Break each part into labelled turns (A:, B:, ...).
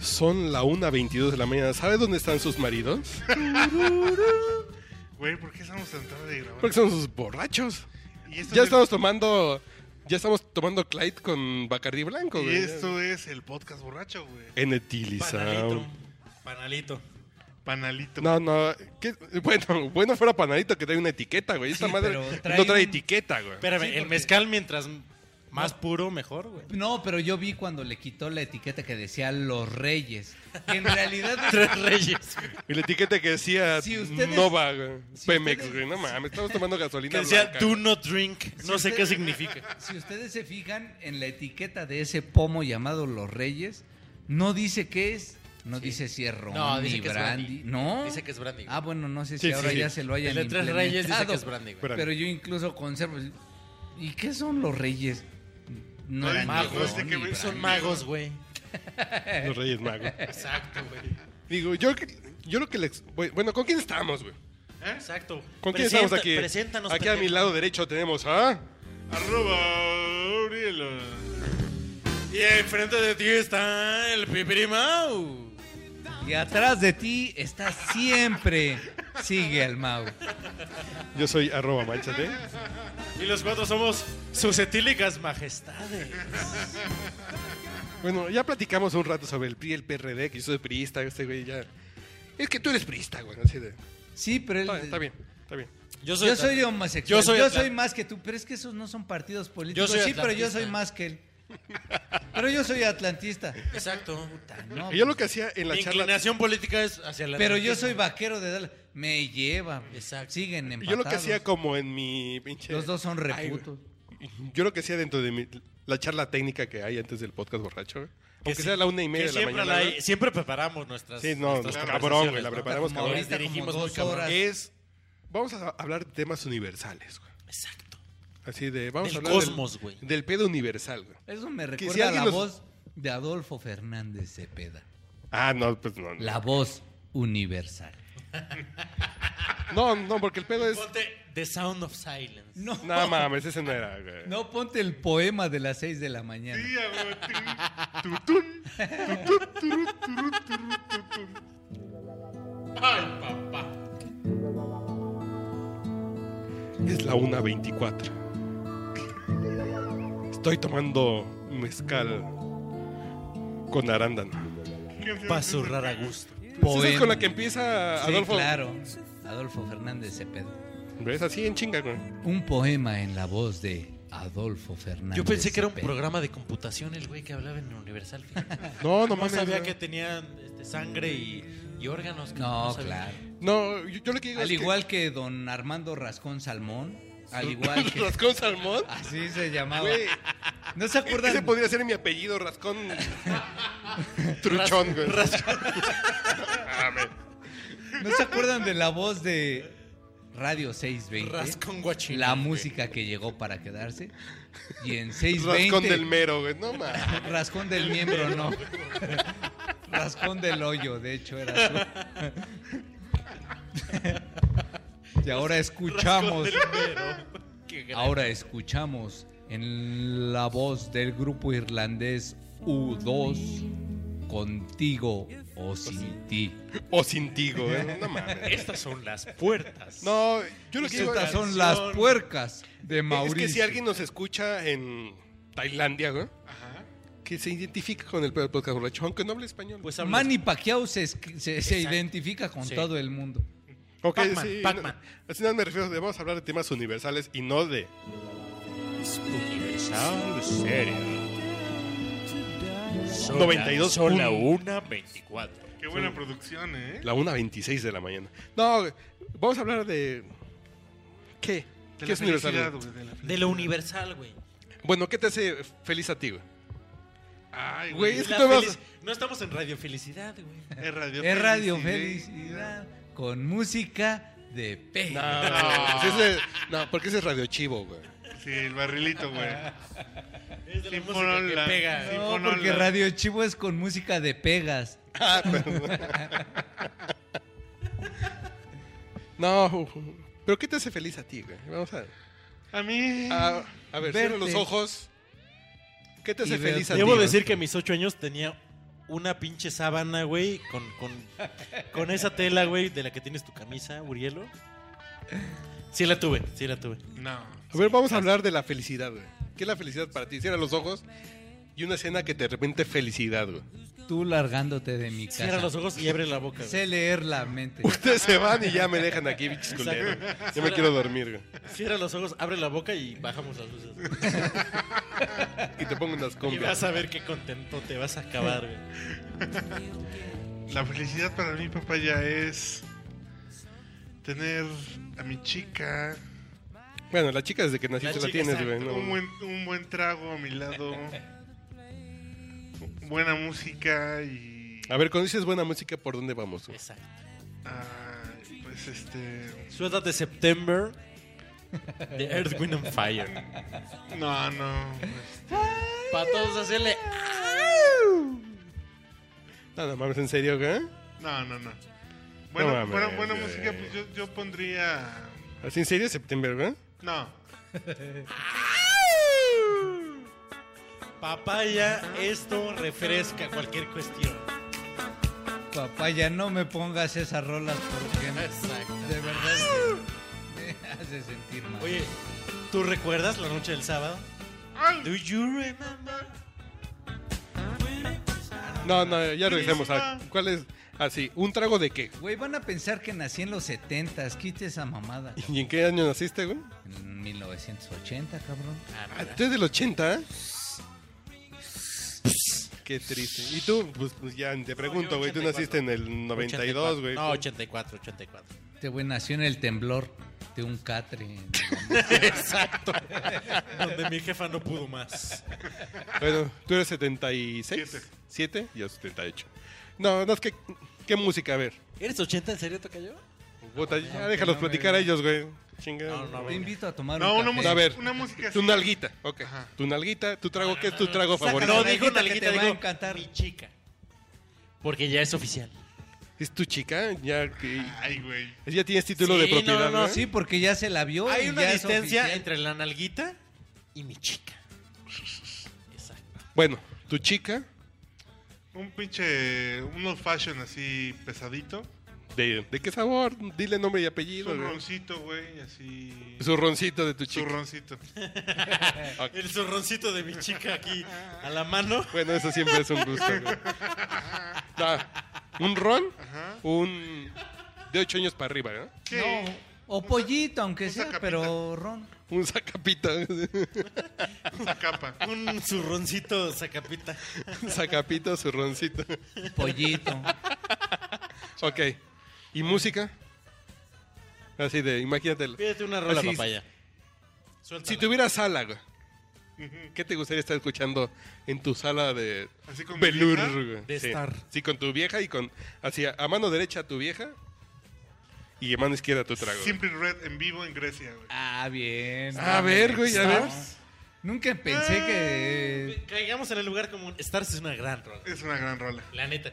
A: Son la 1.22 de la mañana. ¿Sabe dónde están sus maridos?
B: Güey, ¿por qué estamos tan tarde de grabar?
A: Porque son sus borrachos.
B: Y
A: Ya
B: esto es el-
A: estamos tomando. Ya estamos tomando Clyde con Bacardi Blanco,
B: Y
A: güey.
B: esto es el podcast borracho, güey.
A: En etilizado.
C: Panalito. Panalito.
B: Panalito.
A: No, no. ¿qué? Bueno, bueno fuera panadito que trae una etiqueta, güey. Esta
C: Sí,
A: madre
C: pero trae
A: no trae
C: un-
A: etiqueta, güey.
C: Espérame, el mezcal mientras más puro, mejor, güey.
D: No, pero yo vi cuando le quitó la etiqueta que decía los reyes. Que en realidad.
C: Tres reyes. güey.
A: Y la etiqueta que decía
D: Si ustedes-
A: Nova, güey.
D: si
A: Pemex, güey.
D: ustedes-
A: No mames, estamos tomando gasolina.
C: Que decía
A: blanca,
C: do
A: güey.
C: not drink. No sé qué significa.
D: Si ustedes se fijan en la etiqueta de ese pomo llamado los reyes, no dice qué es. No
E: Sí.
D: dice si es ron,
E: No, dice
D: ni
E: que es
D: brandy.
E: brandy.
D: No.
E: Dice que es brandy, güey.
D: Ah, bueno, no sé
A: Sí,
D: si
A: sí,
D: ahora
A: sí.
D: ya se lo hayan
E: El de Tres Reyes dice que es brandy, güey.
D: Pero yo incluso conservo. ¿Y qué son los reyes? No,
B: No,
D: eran
B: magos,
D: ni ron,
A: Pues,
B: este que
D: ni
B: me-
D: brandy.
E: Son magos, güey.
A: ¿Eh? Los Reyes Magos.
E: Exacto, güey.
A: Digo, yo, yo lo que les. güey, Bueno, ¿con quién estamos, güey?
C: Exacto.
A: ¿Con quién
C: Presenta-
A: estamos aquí?
C: Preséntanos.
A: Aquí a mi
C: pendejo.
A: lado derecho tenemos a.
B: Arroba Urielo.
C: Y enfrente de ti está el Pipirimau.
D: Y atrás de ti está siempre. Sigue al Mau.
A: Yo soy arroba manchate.
C: Y los cuatro somos sus etílicas majestades.
A: Bueno, ya platicamos un rato sobre el PRI, el PRD, que yo soy priista, este güey ya. Es que tú eres priista, güey. Así de.
D: Sí, pero él.
A: Está, está bien, está bien.
D: Yo soy homosexual.
C: Yo
D: Yo
C: soy
D: soy,
C: atlan-
D: más que tú, pero es que esos no son partidos políticos.
E: Yo soy
D: sí, pero yo
E: atlantista.
D: soy más que él. Pero yo soy atlantista.
E: Exacto.
D: No, pues,
A: Y yo lo que hacía en la
C: Mi
A: charla.
C: inclinación política es hacia la.
D: pero yo soy vaquero de Dallas. Me lleva.
E: Exacto.
D: Siguen empatados.
A: Yo lo que hacía como en mi pinche.
D: Los dos son
A: Ay, güey.
D: reputos.
A: Yo lo que hacía dentro de mi- la charla técnica que hay antes del podcast borracho, güey. Aunque
C: sí-
A: sea a la una y
C: Que
A: media de la
C: siempre,
A: mañana.
C: la-
A: güey.
C: siempre preparamos nuestras.
A: Sí, no, pues,
C: nuestras
A: cabrón,
C: conversaciones,
A: güey, la
C: ¿no?
A: preparamos,
D: Como
A: cabrón.
D: ahorita, como
E: Dirigimos muy
D: dos
E: cabrón.
D: horas.
A: Es. Vamos a hablar de temas universales, güey.
C: Exacto.
A: Así de. Vamos
C: Del
A: a hablar del-
C: cosmos, güey.
A: Del, pedo universal, güey.
D: Eso me
A: si
D: recuerda a
A: alguien
D: la
A: los-
D: voz de Adolfo Fernández Cepeda.
A: Ah, no, pues no. No,
D: La voz universal.
A: no, no, porque el pedo es.
C: Ponte The Sound of Silence.
D: No,
A: No mames, ese no era, güey.
D: no ponte el poema de las 6 de la mañana.
B: Sí, a huevo, tin, tutún.
A: Es la 1.24. Estoy tomando mezcal con arándano.
C: Para zurrar a gusto.
A: pues Esa es
D: Poema.
A: con la que empieza
D: Sí,
A: Adolfo.
D: claro. Adolfo Fernández Cepeda.
A: ¿Ves? Así en chinga, güey.
D: Un poema en la voz de Adolfo Fernández.
E: Yo pensé que era un
D: Cepeda.
E: programa de computación el güey que hablaba en Universal. fíjate.
A: No, no,
C: No
A: mames.
C: sabía
A: güey.
C: que tenían este, sangre y,
E: Y órganos. que
D: No,
E: sabía.
D: claro.
A: No, yo, yo lo que digo
D: Al
A: es
D: igual que don Armando Rascón Salmón, al igual
A: que...
D: que Ah,
A: Rascón Salmón.
D: así se llamaba.
A: Güey,
D: ¿No
A: ese
D: se acuerdan?
A: podría ser mi apellido, Rascón... Truchón, güey.
D: ¿No se acuerdan de la voz de Radio 620?
C: Rascón guachín.
D: La
C: güey.
D: música que llegó para quedarse. Y en
A: Rascón
D: 620
A: del mero, güey. No, mames.
D: Rascón del miembro no. Rascón del hoyo, de hecho era. su- y ahora escuchamos.
E: Qué gran-
D: Ahora escuchamos en la voz del grupo irlandés U2 contigo o sin ti.
A: O sin ti, güey. No mames.
C: Estas son las puertas.
A: No, yo lo que digo...
D: Estas son las puercas de
A: Es
D: Mauricio.
A: que si alguien nos escucha en Tailandia, güey, que se identifica con el pedo del podcast borracho, aunque no hable español.
C: Pues hablas-
D: Manny Pacquiao se, esqui- se- se
C: Exacto.
D: identifica con
C: Sí.
D: todo el mundo.
A: Ok,
C: Pac-Man,
A: sí,
C: Pac-Man.
A: no, así nada me refiero, de- vamos a hablar de temas universales y no de...
C: Universal Series. Son
A: 92
C: Son la
A: punto.
C: 1.24.
B: Qué buena producción, ¿eh?
A: La 1.26 de la mañana. No, güey, vamos a hablar de... ¿Qué?
B: De
A: ¿Qué
B: la
A: es universal?
B: felicidad,
A: güey?
B: güey, de la
E: De lo universal, güey.
A: Bueno, ¿qué te hace feliz a ti, güey?
B: Ay,
A: Güey,
B: güey.
A: es que
C: La
A: tú vas-
C: felici- No estamos en Radio Felicidad, güey.
B: Es radio
D: Es Radio
B: felicidad.
D: Felicidad con música de P.
A: Pues ese- no, porque ese es Radio Chivo, güey.
B: Sí, el barrilito, güey.
A: Ah.
C: Es de la
B: Sí,
C: música que
B: ponla.
C: pega.
B: Sí,
D: No,
B: pon
E: pues,
D: porque
B: hola.
D: Radio Chivo es con música de Pegas.
A: Ah, perdón. No, pero ¿qué te hace feliz a ti, güey? Vamos a,
B: A mí.
A: a, a ver, cierra
D: Verte.
A: los ojos. ¿Qué te hace
D: Y
A: feliz
D: verte.
A: a ti?
D: Digo,
E: Debo decir que a mis ocho años tenía una pinche sábana, güey, con, con, con esa tela, güey, de la que tienes tu camisa, Urielo. Sí la tuve, sí la tuve.
B: No.
A: A ver, vamos a hablar de la felicidad, güey. ¿Qué es la felicidad para ti? Cierra los ojos y una escena que te repente felicidad, güey.
D: Tú largándote de mi casa.
E: Cierra los ojos y abre la boca. güey.
D: Sé leer la mente.
A: Ustedes se van y ya me dejan aquí, bichos culeros. Yo me quiero dormir, güey.
E: Cierra los ojos, abre la boca y bajamos las luces. güey.
A: Y te pongo unas
E: Y
A: combias.
E: vas a ver qué contento te vas a acabar, güey.
B: La felicidad para mí, papá, ya es tener a mi chica,
A: Bueno, la chica desde que naciste la,
E: chica,
A: tienes,
E: exacto.
A: güey. no,
B: un
A: no.
B: buen, un buen trago a mi lado, buena música y...
A: A ver, cuando dices buena música, ¿por dónde vamos? güey?
E: Exacto.
B: ah, pues este...
E: Suelta de September de Earth, Wind and Fire.
B: No, no.
E: Para todos hacerle.
A: No, no mames, en serio, güey.
B: No, no, no. Bueno,
A: mames,
B: buena, buena
A: güey.
B: música, pues yo, yo pondría...
A: ¿Así en serio, septiembre, güey?
B: No.
E: Papaya, esto refresca cualquier cuestión.
D: Papá, ya no me pongas esas rolas porque me-
E: Exacto.
D: de verdad que me hace sentir mal.
E: Oye, ¿tú recuerdas la noche del sábado?
B: ¡Ay!
E: Do you remember?
A: No, no, ya regresemos. A, ¿Cuál es? Así, ¿un trago de qué?
D: Güey, van a pensar que nací en los 70s, quite esa mamada.
A: ¿Y en qué año naciste, güey?
D: En 1980, cabrón.
A: Ah, tú eres del 80, ¿eh? Qué triste. Y tú, pues, pues ya te pregunto, güey, tú
E: 84.
A: naciste en el 92, güey.
E: No, 84, 84.
D: Este güey nació en el temblor de un catre.
E: Exacto. Donde mi jefa no pudo más.
A: Bueno, tú eres 76.
B: Siete.
A: 7. Yo 78. No, no es que. ¿Qué música? A ver.
E: ¿Eres 80 en serio, Tocayo?
A: Puta, ya déjalos
D: no me
A: platicar a ellos, güey. Chinga. Pues,
E: No, no,
D: Te
E: venga.
D: invito a tomar
B: No,
D: un
B: una
D: café.
A: A
B: música,
A: ver,
B: una música
A: Tu
B: así.
A: nalguita, ok.
B: Ajá.
A: Tu nalguita, tu trago, ¿qué es tu trago
D: Sácala.
A: favorito?
E: No,
D: la
E: dijo
D: nalguita que
E: nalguita,
D: te va a
E: dijo
D: encantar.
E: mi chica. Porque ya es oficial.
A: ¿Es tu chica? Ya, que-
B: Ay, güey.
A: ya tienes título
E: Sí,
A: de propiedad,
E: no, no,
A: ¿no?
D: Sí, porque ya se la vio.
E: Hay
D: y
E: una
D: ya es
E: distancia
D: oficial.
E: entre la nalguita y mi chica. Exacto.
A: Bueno, tu chica
B: Un pinche... Un old fashion así pesadito.
A: ¿De, de qué sabor? Dile nombre y apellido.
B: Un
A: güey.
B: roncito, güey, así...
A: Su roncito de tu chica.
B: Churroncito.
E: El zorroncito de mi chica aquí a la mano.
A: Bueno, eso siempre es un gusto. güey. Da, un ron,
B: Ajá.
A: un de 8 años para arriba, ¿eh? ¿no?
B: Sí.
D: No, o pollito, aunque
B: un
D: sea,
B: sacapita.
D: pero ron.
A: Un sacapita,
B: Esa capa.
E: Un zurroncito sacapita.
A: sacapita, su roncito.
D: Pollito.
A: Ok. ¿Y música? Así de, imagínatelo.
E: Pídete una rola,
A: Así es.
E: papaya. Suéltala.
A: Si tuvieras sala, güey, ¿qué te gustaría estar escuchando en tu sala de
B: Así con mi
A: velur?
B: vieja,
A: güey?
E: de
A: sí.
E: estar.
A: Sí, con tu vieja y con... Así, a- a mano derecha a tu vieja y a mano izquierda tu trago. güey.
B: Simple Red en vivo en Grecia, güey.
D: Ah, bien.
A: A ver, güey, a ver.
D: Nunca pensé que.
E: Caigamos en el lugar común. Stars es una gran rola.
B: Es una gran rola.
E: La neta.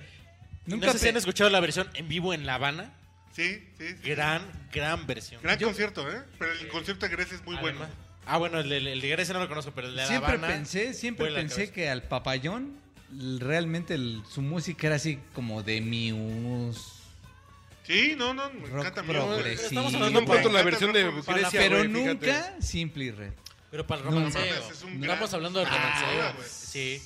D: Nunca
E: no sé si
D: pe-
E: han escuchado la versión en vivo en La Habana.
B: Sí, sí. sí.
E: Gran, gran versión.
B: Gran concierto, ¿eh? Pero el concierto de Grecia es muy bueno.
E: Además- Ah, bueno, el, el- el de Grecia no lo conozco, pero el de La
D: Siempre
E: Habana.
D: pensé, siempre
E: vuela la
D: pensé
E: cabeza.
D: que al papayón l- realmente el- su música era así como de Muse.
B: Sí, no, no, me
D: Rock
B: encanta.
D: progresivo.
B: Muse.
E: Estamos
A: No,
E: hablando
A: no
E: de
A: encuentro
E: un
A: la
B: Encanta
A: versión
B: rock
A: de
B: progresivo.
A: Grecia,
D: pero
A: güey,
D: nunca
A: fíjate.
D: Simple y Red.
E: Pero para el
D: No
E: romanceo.
B: mames, es un gran-
E: Estamos hablando de
B: Ah,
E: romanceo.
B: güey.
E: sí.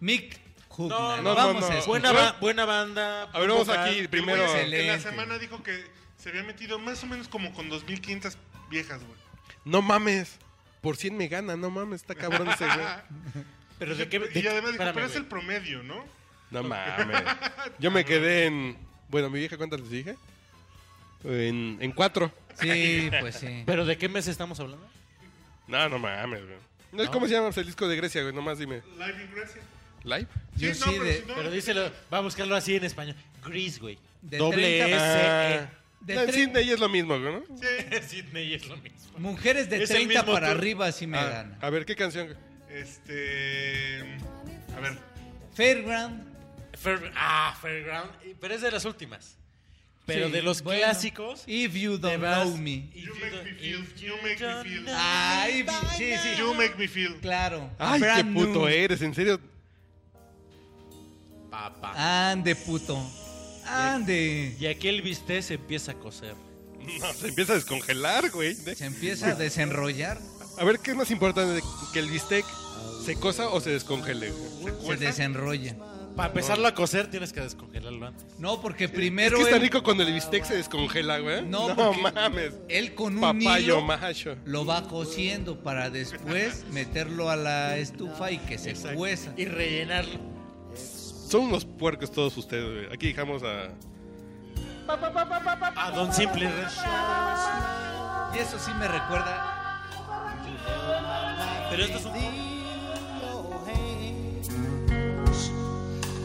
D: Mick Hucknall.
E: No, no,
A: no,
D: Vamos
A: no.
D: a escuchar.
E: Buena, ba- buena banda.
A: A ver, vamos
E: vocal.
A: aquí
B: El güey
A: primero.
B: En la
D: Excelente.
B: semana dijo que se había metido más o menos como con 2.500 viejas, güey.
A: No mames. Por 100 me gana, no mames, está cabrón ese güey.
E: Pero de qué. de-
B: Y además dijo,
E: espérame,
B: pero es
E: güey.
B: el promedio, ¿no?
A: No mames. Yo me quedé en. Bueno, mi vieja, ¿cuántas les dije? En, en cuatro.
D: Sí, pues sí.
E: ¿Pero de qué mes estamos hablando?
A: No, no mames, güey. No, ¿Cómo se llama el disco de Grecia, güey? Nomás dime.
B: Live in Grecia.
A: ¿Live?
D: Yo sí de-
B: si no-
E: Pero díselo, va a buscarlo así en español. Gris, güey.
D: De
E: Doble
A: Ah.
D: 30.
E: S.
D: eh, De
A: No, en
D: tre-
A: Sydney es lo mismo, güey, ¿no?
B: Sí.
E: Sydney es lo mismo.
D: Mujeres de
E: Es el
D: 30
E: mismo
D: para
E: tour.
D: arriba sí me
A: Ah,
D: gana.
A: a ver, ¿qué canción?
B: Este. A ver.
D: Fairground.
E: Fair- ah, Fairground. y- Pero es de las últimas. Pero
D: Sí,
E: de los
D: bueno.
E: clásicos.
D: If you
E: te
D: don't
E: vas-
D: know me.
E: y
B: You
E: tú-
B: make me
E: y
B: feel,
E: tú
B: you make me
E: don't
B: feel.
E: know
D: Ah, if-
E: by
D: sí, sí.
E: now.
B: You make me feel.
D: Claro.
A: Ay, qué
D: Brand
A: puto
D: new.
A: eres, en serio.
E: Papá.
D: Ande, puto. Ande.
E: Y aquí el bistec se empieza a coser.
A: No, se empieza a descongelar, güey.
D: Se empieza a desenrollar.
A: A ver, ¿qué es más importante? ¿Que el bistec se cosa o se descongele? güey?
D: Se desenrolla.
E: Para empezarlo a coser tienes que descongelarlo antes.
D: No, porque
A: Es
D: primero
A: que está
D: él,
A: rico cuando el bistec se descongela, güey.
D: No,
A: No,
D: porque-
A: mames.
D: él con un
A: Papayo
D: hilo
A: macho.
D: lo va cociendo para después meterlo a la estufa y que se cueza.
E: Y rellenarlo.
A: Son unos puercos todos ustedes, güey. Aquí dejamos a.
E: A Don Simple Red.
D: Y eso sí me recuerda.
E: Pero esto es un.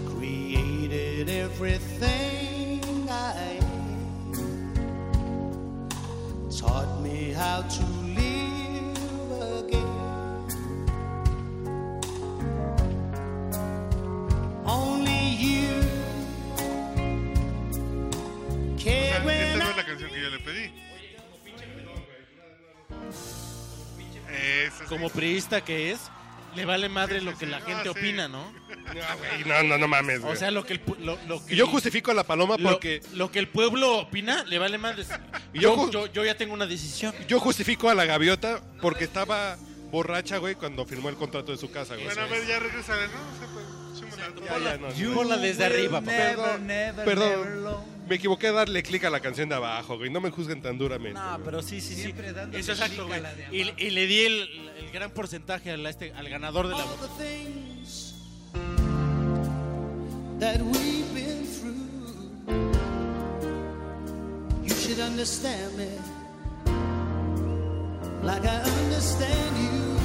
F: created everything I am, taught me how to live again. Only you
B: O sea,
F: care
B: esta
F: when
B: no es
F: I
B: la canción que yo le pedí. Esa es
E: Como priista que es, le vale madre lo
B: sí,
E: que la
B: sí,
E: gente
F: Ah,
B: no, sí.
E: opina, ¿no?
A: No, güey, no, no, no mames, güey.
E: O sea, lo que el. pu- Lo, lo que
A: yo justifico a la paloma
E: lo-
A: porque.
E: Lo, que el pueblo opina, le vale madre.
A: Y yo
E: Yo,
A: ju-
E: yo, yo ya tengo una decisión.
A: Yo justifico a la gaviota porque estaba borracha, güey, cuando firmó el contrato de su casa, güey.
B: Bueno, a ver, ya regresa, ¿no? O sea, pues, chúmala,
A: Ya,
B: ponla.
A: Ah, ya, no,
E: You-
A: güey.
E: Ponla desde
D: will
E: arriba, papá.
D: never,
A: Perdón,
D: never,
A: perdón.
D: never alone.
A: Me equivoqué a darle clic a la canción de abajo, güey. No me juzguen tan duramente.
E: No,
A: güey.
E: pero sí, sí, sí.
D: Siempre dándole
E: Eso es exacto,
D: clic a
E: güey.
D: la de
E: Y,
D: abajo.
E: y le di el, el gran porcentaje al, este, al ganador de la
F: all the things that we've been through. You should understand me like I understand you.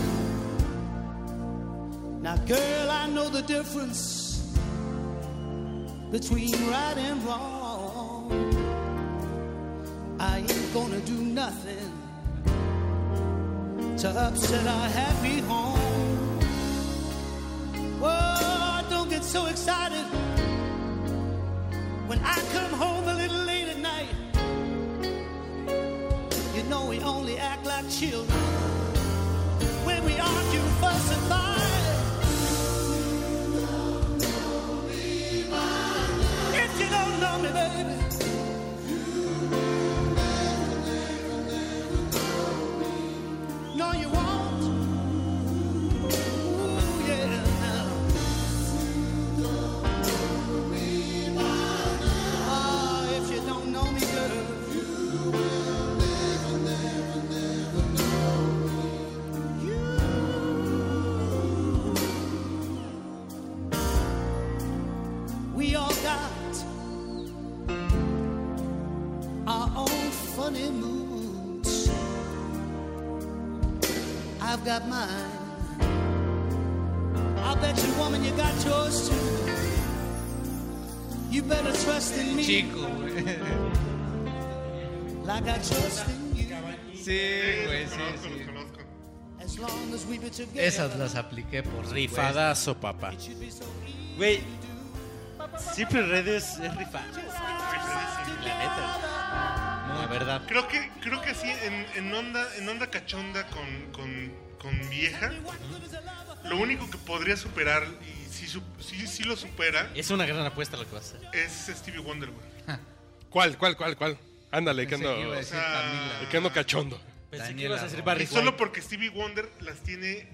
F: Now, girl, I know the difference between right and wrong. I ain't gonna do nothing to upset our happy home. Whoa, don't get so excited when I come home a little late at night. You know we only act like children when we argue, fuss, and fight. If you don't know me, baby. No, you won't. Ooh, yeah. Ah, if you don't know me, girl. You. We all got our own funny moods. I've got mine. I bet you, woman, you got yours too. You better trust in me
D: Chico, güey.
F: like I trust in you.
D: Sí, güey,
B: Los
D: sí,
B: conozco, los
D: sí.
B: conozco.
F: As long as we be together,
D: Esas las apliqué por rifada.
E: Rifadazo, papá.
F: it should be so easy.
E: Güey, siempre redes es rifada. La neta. La verdad.
B: Creo que, creo que sí, en, en onda, en onda cachonda con, con, con vieja, lo único que podría superar, y sí, su- sí, sí lo supera,
E: Es una gran apuesta lo que va a hacer.
B: es Stevie Wonder, güey.
A: ¿Cuál, cuál, cuál, cuál? Ándale, que
D: Pensé que
A: ando,
D: iba a
A: Ah,
D: decir
B: o sea,
D: Camila.
A: que ando cachondo.
E: Pensé que
D: Daniela
E: ibas a decir
D: Romo.
E: Barry
B: Y solo
E: White.
B: porque Stevie Wonder las tiene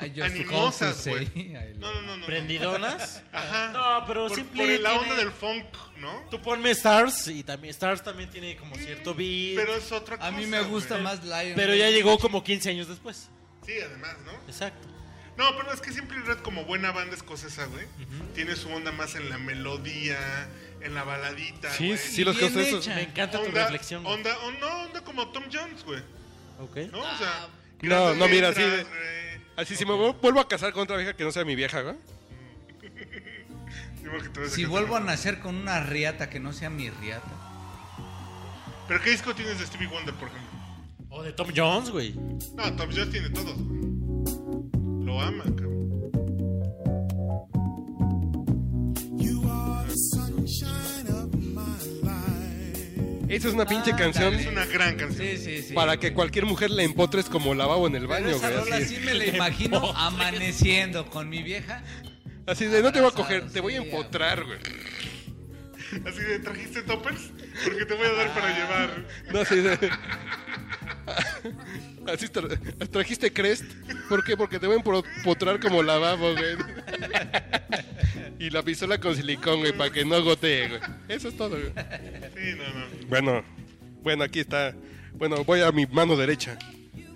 D: I just
B: animosas,
D: want to
B: güey.
D: say I
B: No,
D: love-
B: no, no, no.
E: ¿Prendidonas?
B: Ajá.
E: No, pero
B: por,
E: simple
B: por la onda
E: tiene-
B: del funk, ¿no?
E: Tú ponme Stars y también Stars también tiene como cierto beat.
B: Mm, Pero es otra cosa.
D: A mí me gusta
B: güey.
D: más Lion.
E: Pero ya llegó como 15 años después.
B: Sí, además, ¿no?
E: Exacto.
B: No, pero es que siempre Red, como buena banda escocesa, güey, tiene su onda más en la melodía, en la baladita.
A: Sí,
B: güey.
A: sí, sí, los que
D: Bien
A: ustedes-
D: hecha.
E: Me encanta tu
B: Onda,
E: reflexión. güey.
B: onda, on- no, onda como Tom Jones, güey.
E: Ok.
B: ¿No? O
E: Ah.
B: sea,
A: No,
B: grandes
A: no, mira,
B: letras,
A: sí,
B: güey.
A: Así, si me vu- vuelvo a casar con otra vieja que no sea mi vieja, güey.
B: Digo que todo eso
D: Si
B: que-
D: vuelvo a nacer con una riata que no sea mi riata.
B: ¿Pero qué disco tienes de Stevie Wonder, por ejemplo?
E: O de Tom Jones, güey.
B: No, Tom Jones tiene todos, güey. Lo ama, cabrón.
F: You are
A: Esa es una pinche canción
B: Es una gran canción.
D: Sí, Ah, sí, sí.
A: para que cualquier mujer la empotres como lavabo en el
D: Pero
A: baño,
D: esa
A: güey.
D: rola
A: Así,
D: sí me la imagino amaneciendo con mi vieja.
A: así de, no te voy a coger,
D: Abrazado,
A: te voy a
D: sí, güey.
A: empotrar, güey.
B: Así de, ¿trajiste toppers? Porque te voy a dar
E: Ah.
B: para llevar.
A: No, así de... Así tra- trajiste Crest. ¿Por qué? Porque te voy a empro- empotrar como lavabo, güey. Y la pistola con silicón, güey, para que no gotee, güey. Eso es todo, güey.
B: Sí, no, no.
A: Bueno, bueno, aquí está. Bueno, voy a mi mano derecha.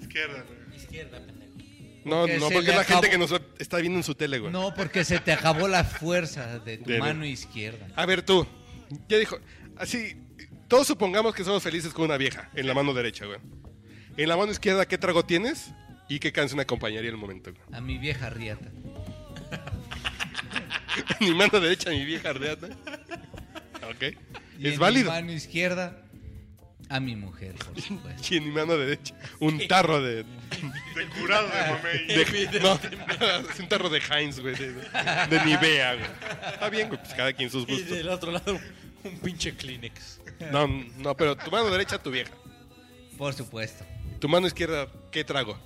B: Izquierda.
E: Izquierda, pendejo.
A: No,
D: Porque
A: no,
D: se
A: porque
D: le
A: es la
D: acabó.
A: gente que nos está viendo en su tele, güey.
D: No, porque se te acabó la fuerza de tu
A: De-
D: mano izquierda.
A: A ver, tú. Ya dijo, así, todos supongamos que somos felices con una vieja en la mano derecha, güey. En la mano izquierda, ¿qué trago tienes? ¿Y qué canción acompañaría el momento? güey?
D: A mi vieja riata.
A: mi mano derecha, mi vieja ardeata. Ok.
D: Y
A: Es
D: en
A: válido.
D: Mi mano izquierda a mi mujer, por supuesto.
A: Y en mi mano derecha, un tarro de...
B: De curado de mamey.
A: de- no, es un tarro de Heinz, güey. De, de Nivea, güey. Está bien, güey, pues cada quien sus
E: Y
A: gustos.
E: del otro lado, un pinche Kleenex.
A: No, no, pero tu mano derecha, tu vieja.
D: Por supuesto.
A: Tu mano izquierda, ¿qué trago?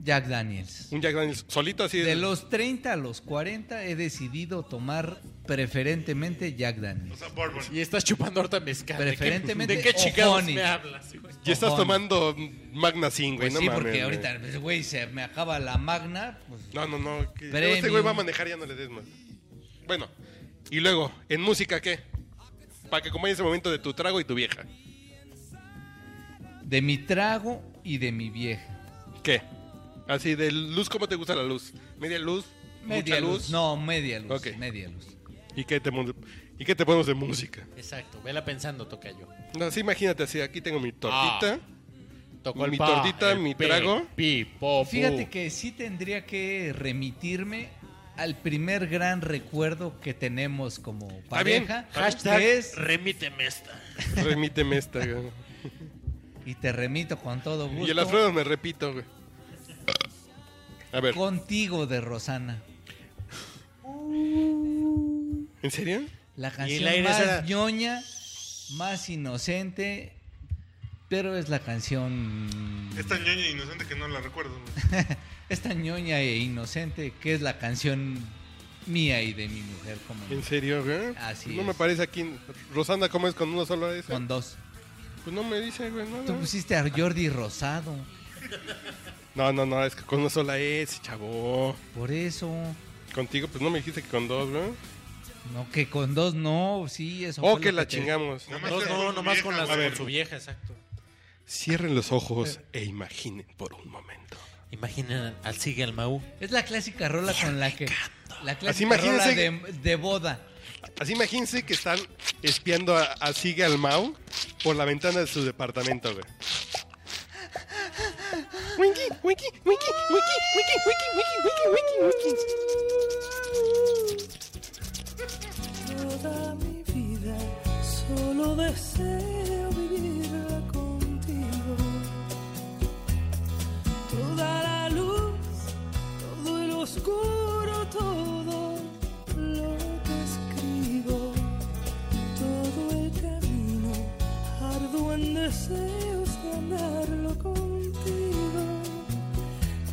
D: Jack Daniels.
A: Un Jack Daniels solito así.
D: De los 30 a los 40 he decidido tomar preferentemente Jack
B: O
D: Daniels.
B: sea, Bourbon.
E: Y estás chupando ahorita mezcal.
D: Preferentemente
E: ¿De qué, de qué
D: o
E: chingados
D: Honey.
E: me hablas, güey?
A: Y estás
D: Ojón.
A: tomando Magna 5, güey.
D: Pues
A: no
D: sí,
A: mames,
D: porque
A: güey.
D: ahorita, pues, güey, se me acaba la magna. pues,
A: No, no, no. que-
D: Premium.
A: Este güey va a manejar, ya no le des más. Bueno, y luego, ¿en música qué? Para que acompañe ese momento de tu trago y tu vieja.
D: de mi trago y de mi vieja.
A: ¿Qué? Así de luz, ¿cómo te gusta la luz? ¿Media luz?
D: Media
A: ¿Mucha luz?
D: luz. No, media luz.
A: Ok.
D: Media luz.
A: ¿Y qué, te, mon- ¿Y qué te ponemos de música?
E: Exacto, vela pensando, toca yo.
A: No, así imagínate, así, aquí tengo mi tortita.
E: Tocó el
A: Mi
E: pa,
A: tortita,
E: el
A: mi
E: pe,
A: trago.
E: Pi,
A: Oh.
E: po, pu.
D: Fíjate que sí tendría que remitirme al primer gran recuerdo que tenemos como
A: bien.
D: pareja.
E: Hashtag
D: que es-
E: remíteme esta.
D: Ah.
A: Remíteme esta, güey.
D: y te remito con todo gusto.
A: Y el Alfredo me repito, güey. A ver,
D: Contigo de Rosana.
A: ¿en serio?
D: La
E: el
D: canción
E: aire
D: más
E: será-
D: ñoña, más inocente, pero es la canción...
B: Es tan ñoña e inocente que no la recuerdo. güey.
D: Esta ñoña e inocente, que es la canción mía y de mi mujer, como no,
A: ¿En serio, güey?
D: Así
A: No
D: es.
A: me parece aquí. Rosana, ¿cómo es con uno solo ese?
D: con dos.
A: Pues no me dice, güey, nada.
D: Tú pues, pusiste a Jordi Rosado,
A: No, no, no, es que con una sola S, chavo.
D: por eso.
A: Contigo, pues no me dijiste que con dos, güey.
D: No, que con dos no, sí, eso.
A: O
D: fue lo
A: Oh, que la
D: te-
A: chingamos.
B: Nomás
E: No,
B: era
E: no,
B: con
E: nomás
B: su
E: con,
B: vieja,
E: las,
B: güey.
E: con su vieja, exacto.
A: Cierren los ojos e imaginen por un momento.
E: Imaginen al sigue al Mau.
D: Es la clásica rola con la que... La clásica
A: imagínense
D: rola de, de boda.
A: Así imagínense que están espiando a, a Sigue al Mau por la ventana de su departamento, güey. Winky, winky, winky, winky, winky, winky, winky, winky, winky.
G: Toda mi vida solo deseo vivirla contigo. Toda la luz, todo el oscuro, todo lo que escribo. Todo el camino arduo en deseos de andarlo contigo.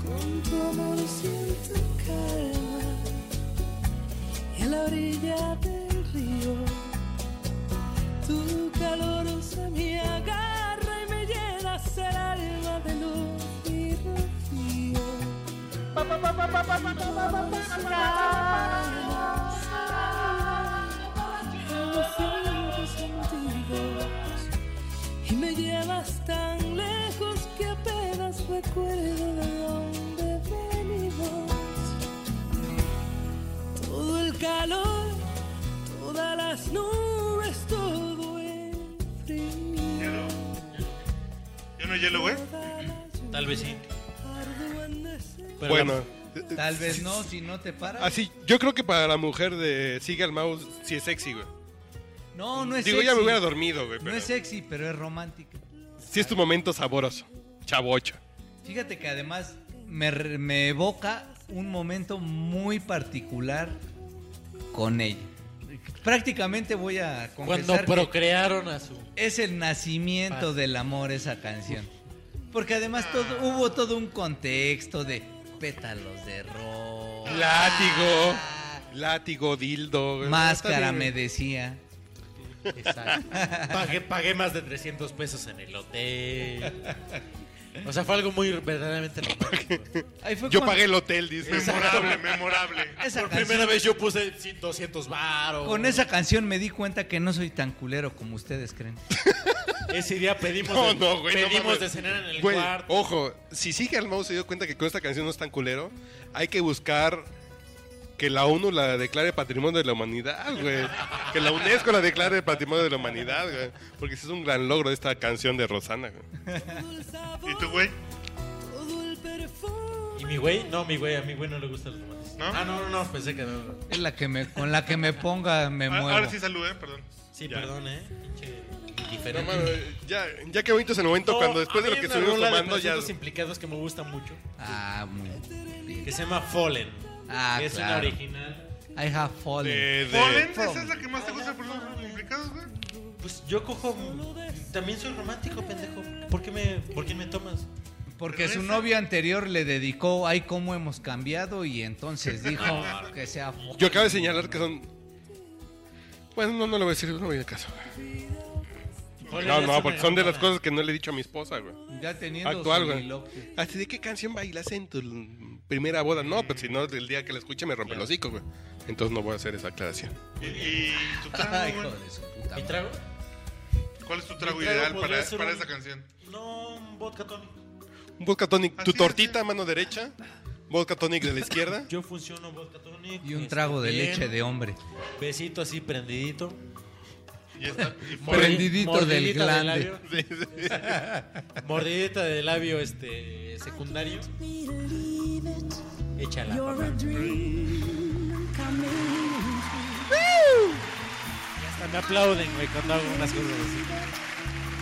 G: Con tu amor siento calma y a la orilla del río. Tu calor se me agarra y me llenas el alma de luz y rocío. En los cinco sentidos. Y me llevas tan lejos que apenas recuerdo de dónde venimos. Todo el calor, todas las nubes, todo el frío.
B: Hielo. Yo no hielo, güey.
E: Tal vez sí. Pero
A: Bueno, eh,
D: Tal vez no, si no te paras.
A: así, yo creo que para la mujer de Sigue al Mau sí es sexy, güey.
D: No, no es
A: Digo,
D: sexy.
A: ya me hubiera dormido, güey,
D: No
A: pero
D: es sexy, pero es romántica.
A: sí es tu momento saboroso, chavocho.
D: Fíjate que además me, re- me evoca un momento muy particular con ella. Prácticamente voy a
E: Cuando
D: confesar que
E: procrearon a su.
D: es el nacimiento del amor esa canción. Porque además todo, hubo todo un contexto de pétalos de rosa,
A: Látigo. Látigo, dildo. güey.
D: máscara
A: Está bien,
D: me
A: güey.
D: decía.
E: Exacto. Pagué, pagué más de 300 pesos en el hotel. O sea, fue algo muy verdaderamente romántico.
D: Ahí
E: Pues
D: fue
A: Yo
D: cuando-
A: pagué el hotel, dice.
B: Memorable, memorable.
D: esa
E: Por
D: canción-
E: primera vez yo puse sí, 200 baros.
D: Con esa canción me di cuenta que no soy tan culero como ustedes creen.
E: Ese día pedimos,
A: No,
E: de,
A: no, güey, no
E: pedimos
A: mames.
E: de cenar en el
A: Güey,
E: cuarto.
A: ojo, si sigue al se dio cuenta que con esta canción no es tan culero, hay que buscar que la ONU la declare Patrimonio de la Humanidad, güey. Que la UNESCO la declare Patrimonio de la Humanidad, güey. Porque ese es un gran logro de esta canción de Rosana, güey.
G: Todo el sabor,
B: ¿Y tú, güey?
G: todo el
A: oh.
G: perfume.
E: ¿Y mi güey? No, mi güey, a mi güey no le gustan los romances.
B: ¿No?
E: Ah, no, no, no, pensé que no.
D: Es la que me, con la que me ponga me
B: Ah,
D: muevo.
B: Ahora sí saludé, perdón.
E: Sí, perdón, eh. Pinche
A: No,
E: indiferente.
A: mano, ya, ya que bonito es el momento
E: No,
A: cuando después de
E: a
A: lo
E: mí
A: que
E: una
A: estuvimos
E: rola de
A: tomando ya...
E: presuntos implicados que me gusta mucho,
D: Ah, muy bien.
E: que se llama Fallen.
D: Ah,
E: que es una
D: claro.
E: original.
D: I have fallen.
A: de- de-
B: ¿Fallen? ¿Esa es la que más te gusta por los complicados, güey?
E: Pues yo cojo. También soy romántico, pendejo. ¿Por qué me, por qué me tomas?
D: Porque
B: Pero
D: su
B: esa-
D: novio anterior le dedicó Ay, cómo hemos cambiado y entonces dijo que sea Fallen.
A: Yo acabo de señalar que son... Bueno, no, no lo voy a decir, no voy a caso. güey.
E: Fallen
A: No,
E: es
A: no,
E: una
A: porque son de las
E: grandona.
A: cosas que no le he dicho a mi esposa, güey.
D: Ya teniendo
A: Actual,
D: su
A: güey.
D: bilote.
A: ¿Hasta de qué canción bailas en tu primera boda? No, pero si no, el día que la escuche me rompe el hocico, güey. Entonces no voy a hacer esa aclaración.
B: ¿Y, y tu
D: Ay,
B: trago,
D: hijo
B: güey?
D: de su puta
E: ¿Mi
D: madre.
E: trago?
B: ¿Cuál es tu trago
E: Mi trago
B: ideal
E: podría
B: para,
E: ser
B: para
E: un-
B: esa canción?
E: No, un vodka tonic.
A: Un vodka tonic.
B: Así
A: Tu
B: es,
A: tortita,
B: sí.
A: mano derecha. Vodka tonic de la izquierda.
E: Yo funciono vodka tonic.
D: Y un
E: este,
D: trago de
E: bien,
D: leche de hombre.
E: Besito así prendidito.
B: Y está. Y
E: Mordi-
D: Prendidito del
E: mordidita
D: glande.
E: labio. Mordidita de labio este secundario.
G: Believe it,
E: Échala.
G: you're a dream coming true.
E: Hasta me aplauden, güey, cuando hago unas cosas así.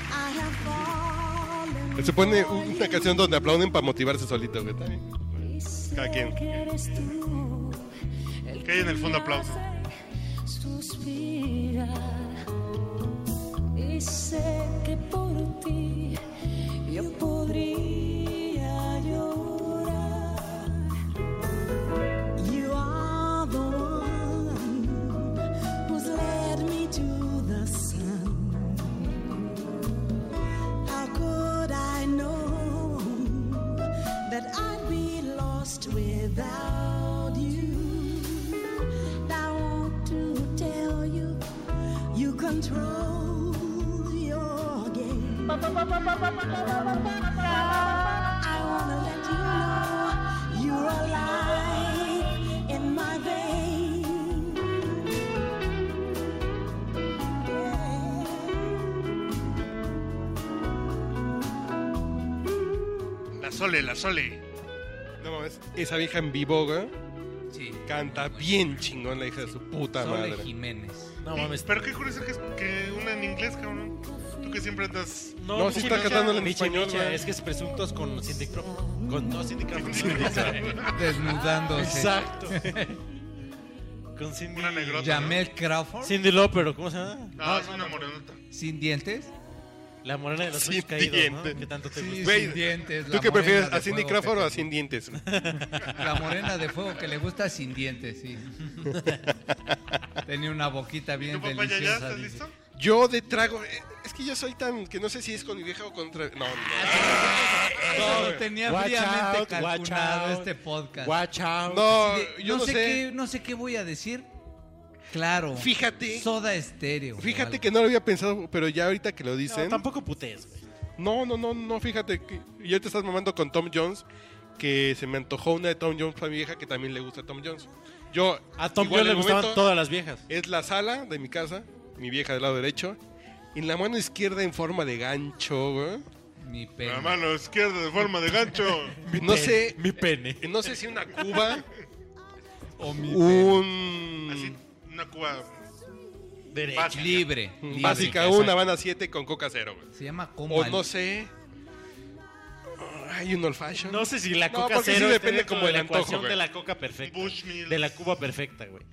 G: I have fallen
A: Se pone
G: for
A: una
G: you.
A: canción donde aplauden para motivarse solito, güey. también.
G: Dice
A: Cada quien.
G: que eres tú el
B: Que hay en el fondo
G: me
B: aplauso.
G: hace Suspirar. Y sé que por ti yo podría llorar. You are the one who's led me to the sun. How could I know? that I'd be lost without you. I want to tell you, you control your game. I wanna let you know you're alive in my veins. Yeah.
B: La Sole, la Sole.
A: No mames, esa vieja en vivo, güey.
D: Sí.
A: Canta bien chingón la hija de su puta
D: Sole
A: madre.
D: Jiménez.
E: No mames.
B: Pero qué curioso que, es- que una en inglés, cabrón. Tú que siempre andas.
A: No, sí está
E: micha,
A: cantándole en
E: micha,
A: español,
E: micha,
A: güey.
E: Es que es presuntos con Cindy Crawford. Con no, Cindy Crawford.
D: Desnudándose.
E: Exacto. con Cindy.
B: Una negrota.
D: Jamel Crawford.
E: Cindy Lauper, ¿cómo se llama?
B: No, es una morenota.
D: Sin dientes.
E: La morena de los
A: Cindy
E: ojos caídos, ¿no?
A: Diente.
E: Que tanto te
D: Sí,
E: gusta.
A: pues, Güey,
D: sin dientes.
A: ¿Tú
D: la
A: qué
D: morena
A: prefieres,
D: de
A: a Cindy
D: fuego
A: Crawford
D: que
A: o
D: te-
A: a Sin Dientes?
D: La morena de fuego que le gusta sin dientes, sí. Tenía una boquita
B: ¿Tu
D: bien
B: papá ya ya
D: deliciosa.
B: estás
D: dice.
B: listo?
A: Yo de trago... eh, Es que yo soy tan... Que no sé si es con mi vieja o contra... No, no.
D: Eso lo tenía
E: Watch
D: fríamente
E: out, watch
D: calculado
E: out.
D: este podcast.
E: Watch out.
A: No,
D: De-
A: Oh, yo no
D: Qué, no sé qué voy a decir. Claro.
A: Fíjate.
D: Soda estéreo.
A: Fíjate que no lo había pensado, pero ya ahorita que lo
E: No,
A: dicen.
E: tampoco putees, güey.
A: No, no, no, no, fíjate. Que, y ahorita estás mamando con Tom Jones, que se me antojó una de Tom Jones, para mi vieja, que también le gusta a Tom Jones. Yo,
E: A Tom
A: igual
E: Jones le
A: de
E: gustaban
A: momento,
E: todas las viejas.
A: Es la sala de mi casa, mi vieja del lado derecho. y En la mano izquierda en forma de gancho, güey.
D: Mi
B: La
D: pelo.
B: mano izquierda de forma de gancho.
A: No sé,
E: Mi pene.
A: no sé si una cuba,
D: O mi
B: Así,
A: un...
B: una cuba.
E: Derecha.
D: Libre. libre.
A: Básica,
E: Exacto.
A: una banda 7 con coca cero, güey.
D: Se llama comba.
A: O no sé... Hay un old fashion.
E: No sé si la
A: No,
E: coca
A: porque sí
E: cero
A: depende
E: esté dentro
A: como
E: de
A: el
E: la
A: antojo,
E: ecuación
A: güey.
E: de la coca perfecta.
B: Bushmills.
E: De la Cuba perfecta, güey.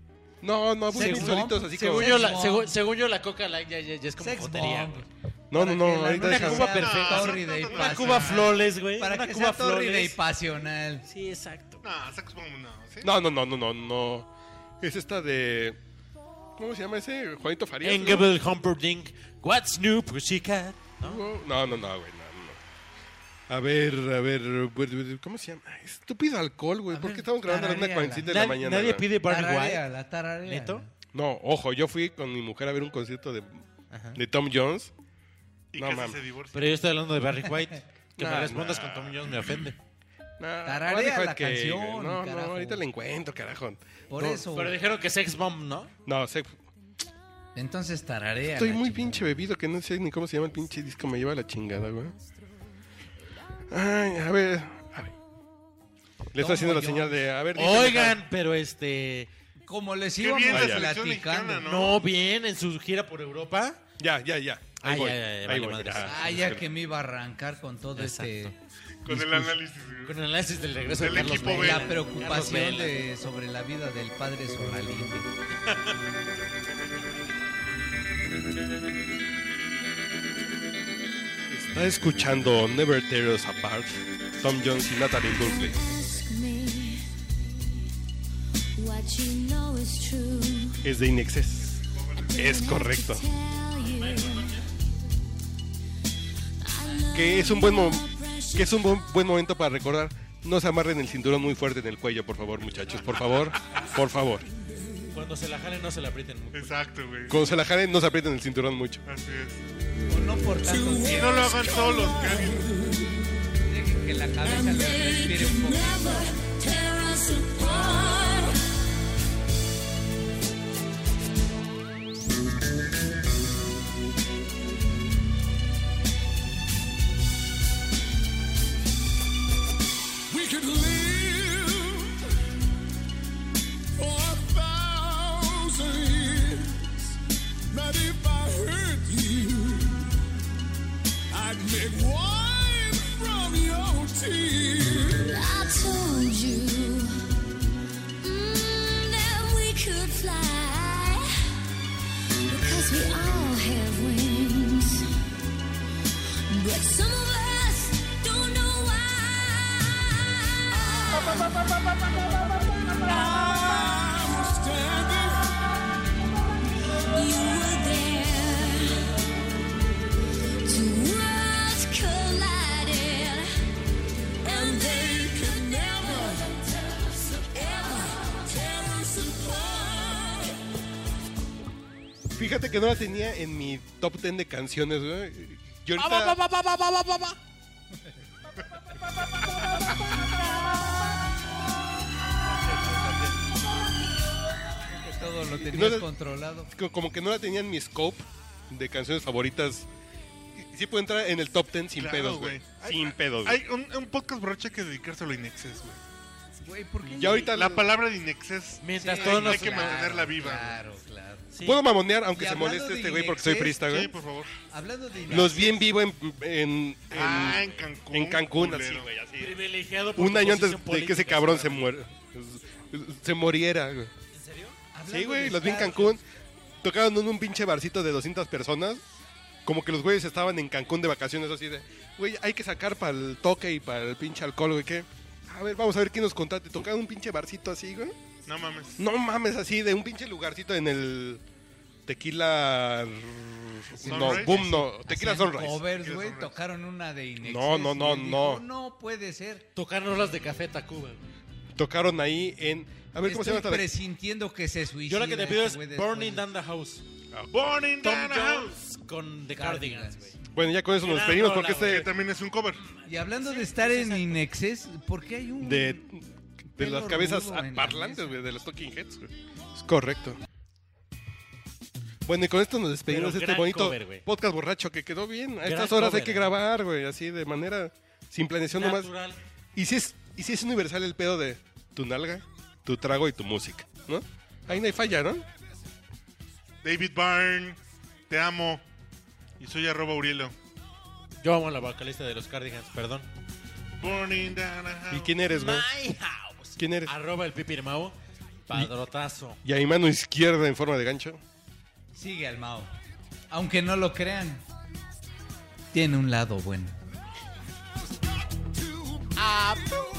A: No, no, busquen
D: Sex
A: solitos
D: bomb.
A: así como.
E: Según yo, la,
D: Sex
E: según,
D: bomb.
E: según yo, la coca light ya, ya- ya es como
D: Sex
E: jotería,
D: bomb.
E: güey.
A: No, no, no,
D: Para que
A: ahorita
D: la luna
A: déjame.
E: Cuba
D: sea
E: perfecta.
D: tórrida y
B: Una
E: Una
D: pasional.
E: Cuba Flores, güey.
D: Para
E: una
D: que
E: Cuba
D: sea tórrida y
E: Flores.
D: pasional.
E: Sí, exacto.
B: No, Sax Bomb no. ¿sí?
A: No, no, no, no, no, no. Es esta de. ¿Cómo se llama ese? Juanito Farías. ¿no?
E: Engelbert Humperdinck. What's new, pussycat?
A: No, no, no, güey. No, no. A ver, a ver. güey, ¿Cómo se llama? Estúpido alcohol, güey. ¿Por qué estamos grabando a las
D: tararéala.
A: 1.47 de la
E: Nadie,
A: mañana?
E: nadie
A: güey?
E: pide Barney
D: Tararea,
E: White.
D: la tararea.
E: ¿Neto?
A: No, ojo, yo fui con mi mujer a ver un concierto de, de Tom Jones.
B: Y
A: No,
B: casi
A: mames.
B: se divorcia.
E: Pero yo estoy hablando de Barry White. Que
A: No,
E: me respondas
A: no.
E: con Tom Jones me ofende.
A: Nah,
D: Tararea
A: Barney White
D: la
A: Cake, güey.
D: canción,
A: No, no,
D: carajo.
A: ahorita la encuentro, carajo.
D: Por
A: No,
D: eso.
E: Pero dijeron que sex bomb, ¿no?
A: No, sé,
D: Entonces tararea.
A: estoy
D: la
A: muy
D: chingada.
A: pinche bebido que no sé ni cómo se llama el pinche disco. Me lleva la chingada, güey. Ay, a ver. a ver. Le estoy haciendo la
D: Tom
A: señal de. A ver, dime,
E: Oigan, pero este...
D: Como les
B: Qué bien
D: íbamos
B: la selección
D: platicando.
B: mexicana,
E: No.
B: ¿no?
E: bien, en su gira por Europa.
A: Ya, ya, ya. Ahí
E: Ah,
A: voy.
E: ya, ya, ya,
A: ahí
E: vale
A: voy.
E: madres.
A: Ah,
D: Ah, ya que me iba a arrancar con todo este.
B: Con el análisis. güey.
E: Con el análisis del regreso
B: Del
E: de Carlos
B: equipo
E: Vela.
B: Vela.
D: La preocupación de, sobre la vida del padre Solalinde.
A: Está escuchando Never Tear Us Apart, Tom Jones y Natalie Burley.
H: ask me what you know is true.
A: Es de Inexes. Es correcto.
H: Tell you
A: Que es un buen, mo- que es un buen, buen momento para recordar. No se amarren el cinturón muy fuerte en el cuello, por favor, muchachos. Por favor, por favor.
E: Cuando se la jalen, no se la aprieten mucho.
B: Exacto, güey.
A: Cuando se la jalen, no se aprieten el cinturón mucho.
B: Así es.
D: No por tanto
B: Y
D: tiempo,
B: no lo hagan solos, que alguien-
D: dejen que la cabeza le respire un poco.
H: never tear us apart.
F: We could live for a thousand years. Not if I hurt you. I'd make wine from your tears.
H: I told you mm, that we could fly because we all have wings, but some of us don't know why.
F: I'm standing
H: You were there, two worlds collided, and they could never, ever tear us apart.
A: Fíjate que no la tenía en mi top 10 de canciones, güey. Yo ahorita-
D: Que todo lo
A: No
D: tenías
A: le-
D: controlado.
A: co- como que no la tenía en mi scope de canciones favoritas. Y- Sí puedo entrar en el top 10 sin
B: Claro,
A: pedos, güey.
B: Hay-
A: Sin pedos. güey.
B: Hay un, un podcast borracho hay que dedicárselo a Inexes, güey.
D: Güey, ¿por qué?
A: Ya ahorita
B: La
A: la-
B: palabra de Inexes.
E: Mientras
B: hay-
E: todos
B: hay
E: nos...
B: que mantenerla viva.
D: Claro, claro.
E: Sí.
A: Puedo mamonear, aunque
D: Y
A: se
D: hablando
A: moleste
D: de
A: este güey porque soy
D: Inexes,
A: frista, güey.
B: Sí, por favor.
D: Hablando de
A: Los vi en vivo en, en, en-
B: Ah, en Cancún.
A: en Cancún,
B: culero.
A: así, güey, así.
E: Privilegiado por
A: Un
E: tu
A: año antes
E: posición
A: de que ese
E: política,
A: cabrón se
E: señora.
A: muera. Se moriera, güey.
D: hablando
A: Sí, güey,
D: de
A: los vi en
D: Star-
A: Cancún. Tocaron en un pinche barcito de 200 personas. Como que los güeyes estaban en Cancún de vacaciones, así de, güey, hay que sacar para el toque y para el pinche alcohol, güey, ¿qué? A ver, vamos a ver quién nos contrata. Y Tocaron un pinche barcito así, güey.
B: No mames.
A: No mames, así, de un pinche lugarcito en el Tequila. No,
B: Sunrise.
A: boom, no, Tequila
D: Hacían
A: Sunrise.
D: Covers, güey,
B: Sunrise.
D: tocaron una de Inexcess.
A: No, no,
D: y
A: no,
D: él
A: no.
D: dijo, No puede ser.
E: Tocarnos las de Café Tacuba. güey.
A: Tocaron ahí en. A ver, Pues, ¿cómo se
D: Estoy
A: llama esta de-
D: presintiendo que se suicida.
E: Yo lo que te pido es
D: este güey después
E: Burning
D: de-
E: Down the House.
B: Ah, Burning
E: Tom
B: down the house.
E: Jones con The Cardigans, güey.
A: Bueno, ya con eso nos
E: Gran
A: despedimos
E: rola,
A: porque
B: Que
A: este.
B: también es un cover.
D: Y hablando de estar en Inexcess, ¿por qué hay un...
A: De, de
D: Pelo
A: las cabezas
D: rudo en la
A: parlantes,
D: mesa.
A: güey, de los Talking Heads, güey. Es correcto. Bueno, y con esto nos despedimos
E: Pero
A: de este
E: gran
A: bonito
E: cover, güey.
A: podcast borracho que quedó bien. A
E: Gran
A: estas horas
E: cover,
A: hay que
E: eh.
A: grabar, güey, así de manera sin planeación nomás.
E: Natural.
A: Y si es, y si es universal el pedo de tu nalga, tu trago y tu música, ¿no? Ahí no hay falla, ¿no?
B: David Byrne, te amo. Y soy arroba Urielo.
E: Yo amo a la vocalista de los Cardigans, perdón.
B: Burning down the house.
A: ¿Y quién eres, güey?
E: My House.
A: ¿Quién eres?
E: Arroba el Pipi Mao. Padrotazo.
A: Y ahí mano izquierda en forma de gancho.
D: Sigue al Mao. Aunque no lo crean, tiene un lado bueno.
F: I prove